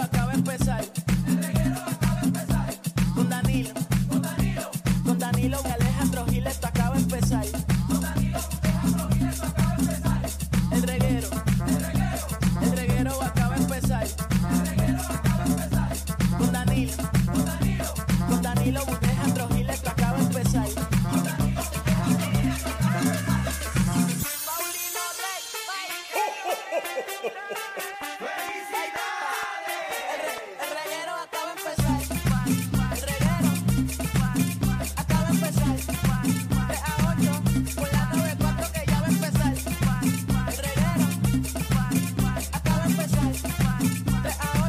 acaba de empezar. El reguero acaba de empezar. Con Danilo, con Danilo, con Danilo y Alejandro Gil esto acaba de empezar. Con Danilo, Alejandro Gil esto acaba de empezar. El reguero, el reguero, el reguero acaba de empezar. El reguero acaba de empezar. Con Danilo, con Danilo, con Danilo y Alejandro Gil esto acaba de empezar. Con Danilo, Alejandro Gil esto acaba de empezar. Paulino Rey, El reguero acaba de empezar. El reguero acaba de empezar. 3 a 8, por la 94 que ya va a empezar. El reguero acaba de empezar. 3 a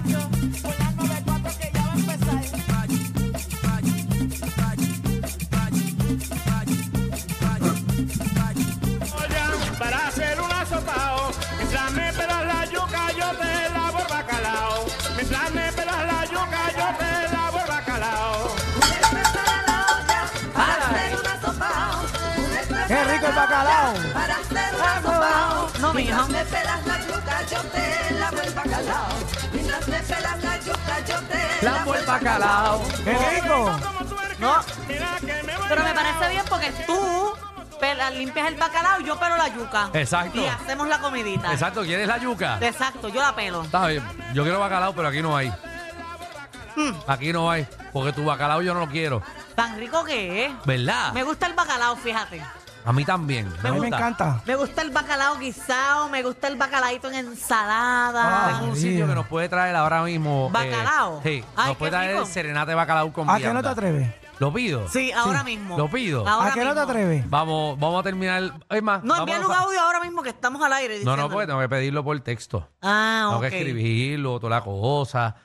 8, por la 94 que ya va a empezar. para hacer un asopao. Mi plan me pelas la yuca, yo te lavo el bacalao. Mi plan me pelas la yuca, yo te lavo el bacalao. ¡Qué rico el bacalao! Para hacer una sopa, no, mientras me pelas la yuca, yo te lavo el bacalao. Mientras me pelas la yuca, yo te lavo el bacalao. ¡Qué rico! No, Mira que me voy pero me parece bien porque tú pela- limpias el bacalao y yo pelo la yuca. Exacto. Y hacemos la comidita. Exacto, ¿quieres la yuca? Exacto, yo la pelo. Está bien. Yo quiero bacalao, pero aquí no hay. Hmm. Aquí no hay, porque tu bacalao yo no lo quiero. Tan rico que es. ¿Verdad? Me gusta el bacalao, fíjate. A mí también. A mí me encanta. Me gusta el bacalao guisado, me gusta el bacalaito en ensalada. Tengo un sitio que nos puede traer ahora mismo. eh, Ah, ¿Bacalao? sí, Ay, nos puede qué traer rico. el serenate bacalao con ¿A qué no te vianda. atreves? ¿Lo pido? sí, ahora mismo. Lo pido. Ahora ¿A qué no te mismo. atreves? Vamos, vamos a terminar. Es más, No, vámonos envíale un a- audio ahora mismo que estamos al aire. No, no, diciéndole. porque tengo que pedirlo por texto. Ah, Tengo ok. que escribirlo, toda la cosa.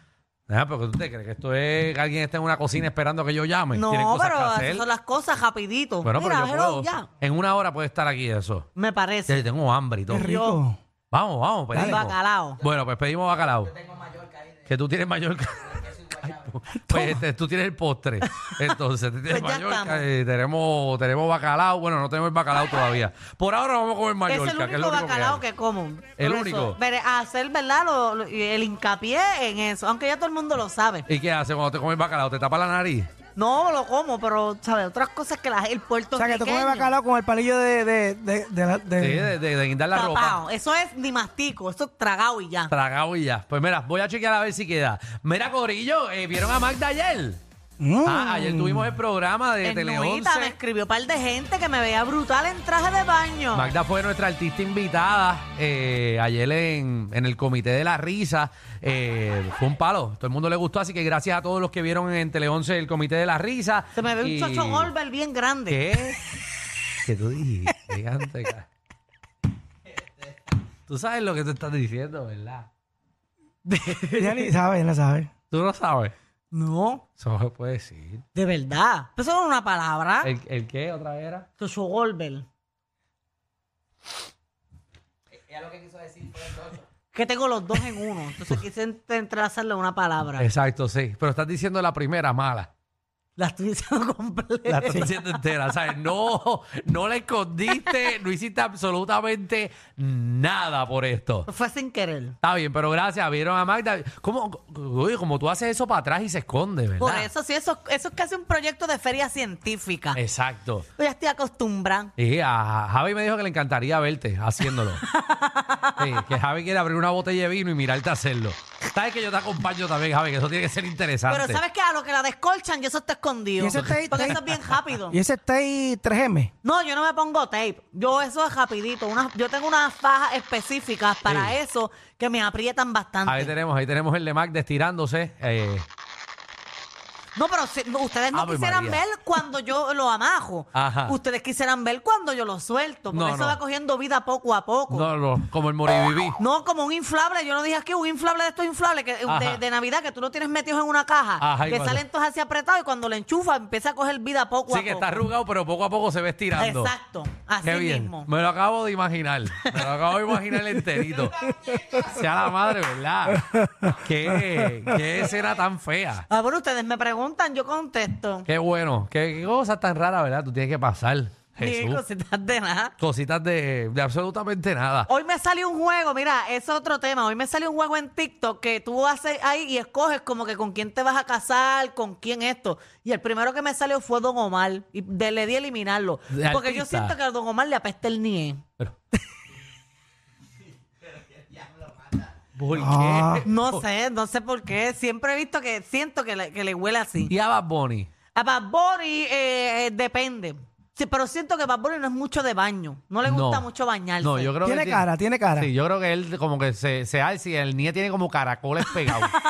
Nada, porque tú te crees que esto es que alguien está en una cocina esperando que yo llame. Tienen No, cosas que pero hacer. esas son las cosas rapidito. Bueno, pero Mira, yo hello, puedo. ya. En una hora puede estar aquí eso. Me Ya, parece. tengo hambre y todo. ¡Qué rico! Vamos, vamos, El pedimos. bacalao. Bueno, pues pedimos bacalao. Que tú tienes Mallorca. Ay, Pues este, tú tienes el postre. Entonces, tú tienes Pues ya Mallorca. estamos. eh, tenemos, tenemos bacalao. Bueno, no tenemos el bacalao todavía. Por ahora vamos a comer Mallorca. es el único Ah, que es lo único bacalao que que, hay. como. El Por único. eso, pero hacer, ¿verdad? Lo- lo- el hincapié en eso. Aunque ya todo el mundo lo sabe. ¿Y qué haces cuando te comes bacalao? ¿Te tapas la nariz? No lo como, pero, ¿sabes? Otras cosas que la, el puerto. O sea, que tú comes bacalao con el palillo de... de, de, de, la- de- Sí, Eh, de, de, de guindar la ropa. Eso es ni mastico, eso es tragado y ya. Tragado y ya. Pues mira, voy a chequear a ver si queda. Mira, Corillo, eh, ¿vieron a Magda ayer? Mm. Ah, ayer tuvimos el programa de En Tele Nuita 11. me escribió un par de gente que me veía brutal en traje de baño. Magda fue nuestra artista invitada eh, ayer en, en el Comité de la Risa. Eh, fue un palo. Todo el mundo le gustó, así que gracias a todos los que vieron en Tele 11 el Comité de la Risa. Se me ve un Y- chocho Goldberg bien grande. ¿Qué? ¿Qué tú dijiste? gigante, cara? Tú sabes lo que te estás diciendo, ¿verdad? Ella ni sabe, no sabe. Tú no sabes. No, Eso no se puede decir. de verdad. Eso no es una palabra. ¿El, el qué otra vez era? Chocho Goldberg. Ella lo que quiso decir fue Que tengo los dos en uno. Entonces quise ent- entrelazarle una palabra. Exacto, sí. Pero estás diciendo la primera mala. La estoy diciendo completa. La estás diciendo entera. ¿sabes? No, no la escondiste, no hiciste absolutamente nada por esto. Fue sin querer. Está bien, pero gracias. Vieron a Magda. ¿Cómo, oye, como tú haces eso para atrás y se esconde, ¿verdad? Por eso, sí, eso, eso es casi un proyecto de feria científica. Exacto. Yo ya estoy acostumbrada. Y a Javi me dijo que le encantaría verte haciéndolo. Sí, que Javi quiere abrir una botella de vino y mirarte hacerlo. Está Sabes que yo te acompaño también, Javi, que eso tiene que ser interesante. Pero sabes que a lo que la descolchan, yo eso está escondido. Y ese tape- porque tape- eso es bien rápido. Y ese está ahí 3M. No, yo no me pongo tape. Yo eso es rapidito. Una- yo tengo unas fajas específicas para Sí. eso que me aprietan bastante. Ahí tenemos, ahí tenemos el Lemac destirándose. eh, No, pero si- no, ustedes no Ave quisieran María. ver cuando yo lo amajo. Ajá. Ustedes quisieran ver cuando yo lo suelto. Porque No, eso no. va cogiendo vida poco a poco. no, no, como el Moribibí. No, como un inflable, yo no dije aquí, un inflable de estos inflables que, Ajá. de, de Navidad que tú lo tienes metido en una caja, Ajá, y que cuando- salen todos así apretados y cuando le enchufa empieza a coger vida poco Sí a que poco. está arrugado, pero poco a poco se va estirando. Exacto, así Qué bien. mismo. Me lo acabo de imaginar. Me lo acabo de imaginar enterito. Sea la madre, ¿verdad? Qué, qué escena tan fea. Ah, bueno, ustedes me preguntan, yo contesto. Qué bueno. Qué, qué cosa tan rara, ¿verdad? Tú tienes que pasar. Ni Jesús. cositas de nada. Cositas de, de absolutamente nada. Hoy me salió un juego, mira, ese es otro tema. Hoy me salió un juego en TikTok que tú haces ahí y escoges como que con quién te vas a casar, con quién esto. Y el primero que me salió fue Don Omar y de- le di a eliminarlo. De Porque yo artista. siento que a Don Omar le apesta el nie. Pero- ¿Por qué? Ah. Oh. No sé, no sé por qué. Siempre he visto que siento que le, que le huele así. Y a Bad Bunny. A Bad Bunny eh, eh, depende. Sí, pero siento que Bad Bunny no es mucho de baño. No le gusta No. mucho bañarse. No, yo creo que Tiene él cara, tiene cara. Sí, yo creo que él como que se, se alza y el niño tiene como caracoles pegados.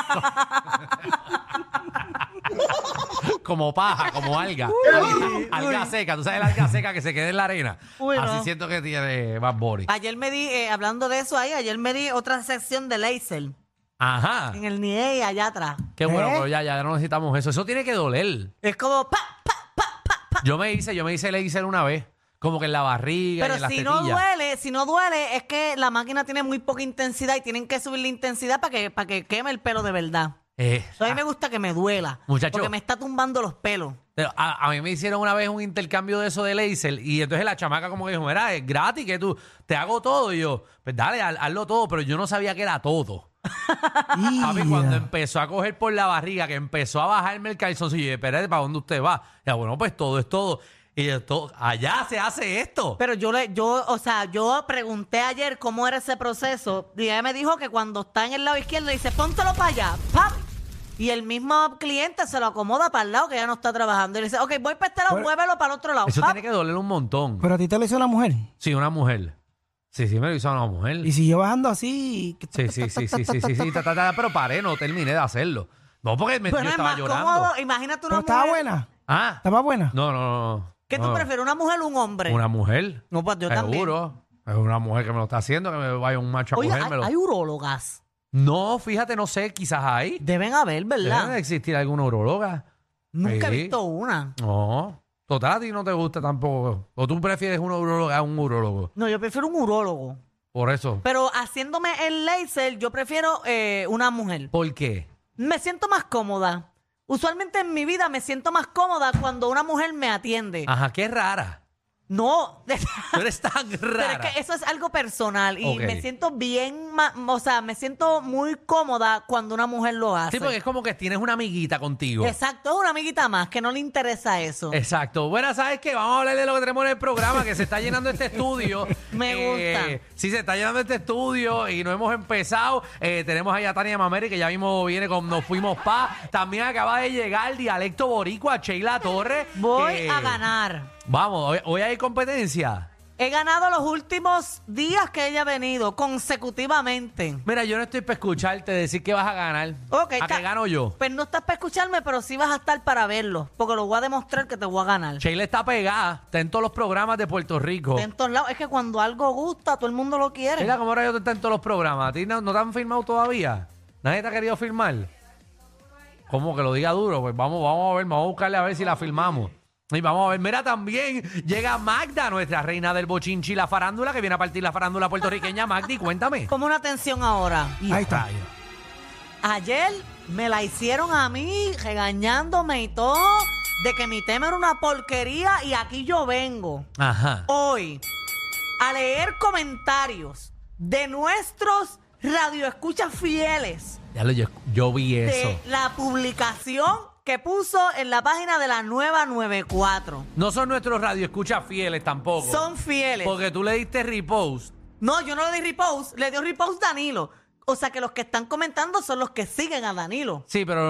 como paja, como alga. alga, alga seca. ¿Tú sabes la alga seca que se queda en la arena? Uy, no. Así siento que tiene Bad Bunny. Ayer me di, eh, hablando de eso ahí, ayer me di otra sección de laser Ajá. en el nie y allá atrás. Qué bueno, ¿Eh? pero ya, ya no necesitamos eso. Eso tiene que doler. Es como pa, pa, pa, pa, pa. Yo me hice, yo me hice laser una vez. Como que en la barriga y en Pero las si no tetillas. duele, si no duele, es que la máquina tiene muy poca intensidad y tienen que subir la intensidad para que, para que queme el pelo de verdad. Eh, So, a mí me gusta que me duela. Muchacho. Porque me está tumbando los pelos. Pero a, a mí me hicieron una vez un intercambio de eso de laser y entonces la chamaca como que dijo, mira, es gratis que tú te hago todo y yo, pues dale, haz- hazlo todo, pero yo no sabía que era todo. Papi, cuando empezó a coger por la barriga, que empezó a bajarme el calzoncillo, y yo, espérate, ¿para dónde usted va? Ya, bueno, pues todo es todo. Y yo, "To- allá se hace esto. Pero yo le, yo, o sea, yo pregunté ayer cómo era ese proceso y ella me dijo que cuando está en el lado izquierdo le dice, póntelo para allá, ¡pap! Y el mismo cliente se lo acomoda para el lado que ya no está trabajando. Y le dice, ok, voy para este lado, Pero- muévelo para el otro lado. Eso ¡pap! tiene que doler un montón. Pero a ti te lo hizo una mujer. Sí, una mujer. Sí, sí, me lo hizo una mujer. Y siguió bajando así. Sí, sí, sí, sí, sí, sí, sí, ta, ta, ta, pero paré, no terminé de hacerlo. No, porque me, Pero yo es estaba más llorando. cómodo, imagínate una Pero estaba mujer. buena. Ah, Estaba buena. no, no, no. ¿Qué tú no. prefieres, una mujer o un hombre? Una mujer. No, pues yo también. Seguro. Es una mujer que me lo está haciendo, que me vaya un macho a Oye, hay, cogérmelo. hay urólogas. No, fíjate, no sé, quizás hay. Deben haber, ¿verdad? Debe de existir alguna urologa. Nunca he Sí. visto una. No. Total, a ti no te gusta tampoco. O tú prefieres una urologa a un urólogo. No, yo prefiero un urólogo. Por eso. Pero haciéndome el laser, yo prefiero eh, una mujer. ¿Por qué? Me siento más cómoda. Usualmente en mi vida me siento más cómoda cuando una mujer me atiende. Ajá, qué rara. No, Tú eres tan pero rara. es que eso es algo personal y Ok. me siento bien, ma- o sea, me siento muy cómoda cuando una mujer lo hace. Sí, porque es como que tienes una amiguita contigo. Exacto, es una amiguita más que no le interesa eso. Exacto. Bueno, ¿sabes qué? Vamos a hablar de lo que tenemos en el programa, que se está llenando este estudio. Eh, Me gusta. Sí, se está llenando este estudio y no hemos empezado. Eh, tenemos ahí a Tania Mameri, que ya mismo viene con Nos Fuimos Pa. También acaba de llegar el dialecto boricua, Sheila Torres. Voy que- a ganar. Vamos, hoy, hoy hay competencia. He ganado los últimos días que ella ha venido consecutivamente. Mira, yo no estoy para escucharte decir que vas a ganar. Ok, ¿A está- qué gano yo? Pues no estás para escucharme, pero sí vas a estar para verlo, porque lo voy a demostrar que te voy a ganar. Sheila está pegada, está en todos los programas de Puerto Rico. De en todos lados. Es que cuando algo gusta, todo el mundo lo quiere. Sheila, ¿cómo ahora yo te está en todos los programas? ¿A ti no, no te han firmado todavía? ¿Nadie te ha querido firmar? ¿Cómo que lo diga duro? Pues vamos, vamos a ver, vamos a buscarle a ver si la firmamos. Y vamos a ver, mira también, llega Magda, nuestra reina del bochinchi, y la farándula, que viene a partir la farándula puertorriqueña. Magdi, cuéntame. Como una atención ahora. Ahí está. Rayo. Ayer me la hicieron a mí, regañándome y todo, de que mi tema era una porquería y aquí yo vengo. Ajá. hoy a leer comentarios de nuestros radioescuchas fieles Ya lo, yo, yo vi eso. de la publicación que puso en la página de la nueva 94. No son nuestros radioescuchas fieles tampoco. Son fieles. Porque tú le diste repost. No, yo no le di repost, le dio repost Danilo. O sea que los que están comentando son los que siguen a Danilo. Sí, pero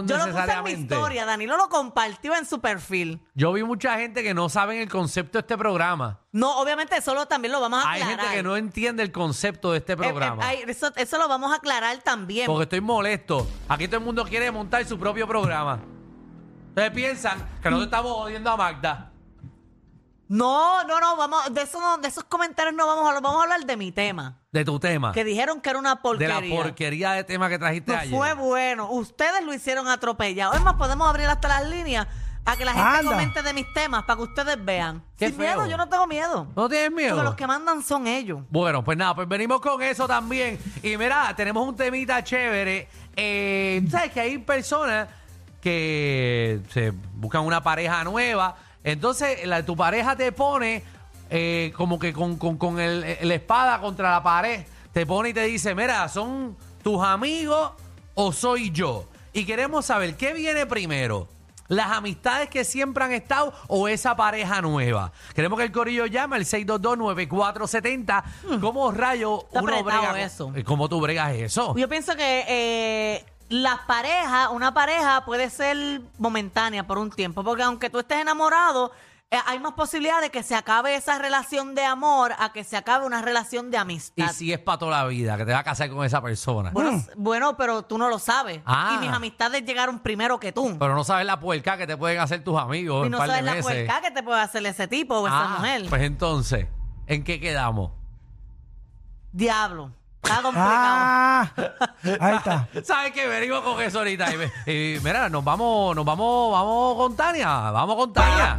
no Yo lo puse en mi necesariamente. historia, Danilo lo compartió en su perfil. Yo vi mucha gente que no saben el concepto de este programa. No, obviamente eso lo- también lo vamos a Hay aclarar. gente que no entiende el concepto de este Eh, eh, programa. ay, em- eso, eso lo vamos a aclarar también. Porque estoy molesto. Aquí todo el mundo quiere montar su propio programa. Ustedes piensan que Mm. nosotros estamos odiando a Magda. No, no, no, vamos, de, eso no- de esos comentarios no vamos a hablar, vamos a hablar de mi tema. De tu tema. Que dijeron que era una De porquería. la porquería de tema que trajiste No ayer. Pues fue bueno. Ustedes lo hicieron atropellado. Es más, podemos abrir hasta las líneas a que la gente Anda. comente de mis temas para que ustedes vean. Qué Sin feo. miedo, yo no tengo miedo. ¿No tienes miedo? Porque los que mandan son ellos. Bueno, pues nada, pues venimos con eso también. Y mira, tenemos un temita chévere. Eh, tú ¿Sabes que hay personas que se buscan una pareja nueva? Entonces, la, tu pareja te pone eh, como que con, con- con el, la espada contra la pared. Te pone y te dice, mira, ¿son tus amigos o soy yo? Y queremos saber, ¿qué viene primero? las amistades que siempre han estado o esa pareja nueva. Queremos que el corillo llame al 622-9470. ¿Cómo rayo Hmm. Está uno apretado brega con- eso. Eh, ¿Cómo tú bregas eso? Yo pienso que eh, las parejas, una pareja puede ser momentánea por un tiempo, porque aunque tú estés enamorado, eh, hay más posibilidad de que se acabe esa relación de amor a que se acabe una relación de Y amistad. si es para toda la vida, que te vas a casar con esa persona. Bueno, s- bueno, pero tú no lo sabes. Ah. Y mis amistades llegaron primero que tú. Pero no sabes la puerca que te pueden hacer tus amigos y en no par de sabes la meses. puerca que te puede hacer ese tipo o esa Ah, mujer. Pues entonces, ¿en qué quedamos? Diablo. Está complicado. Ah, ahí está. ¿Sabes qué? Venimos con eso ahorita. Y, me- y mira, nos vamos, nos vamos, vamos con Tania. Vamos con Tania.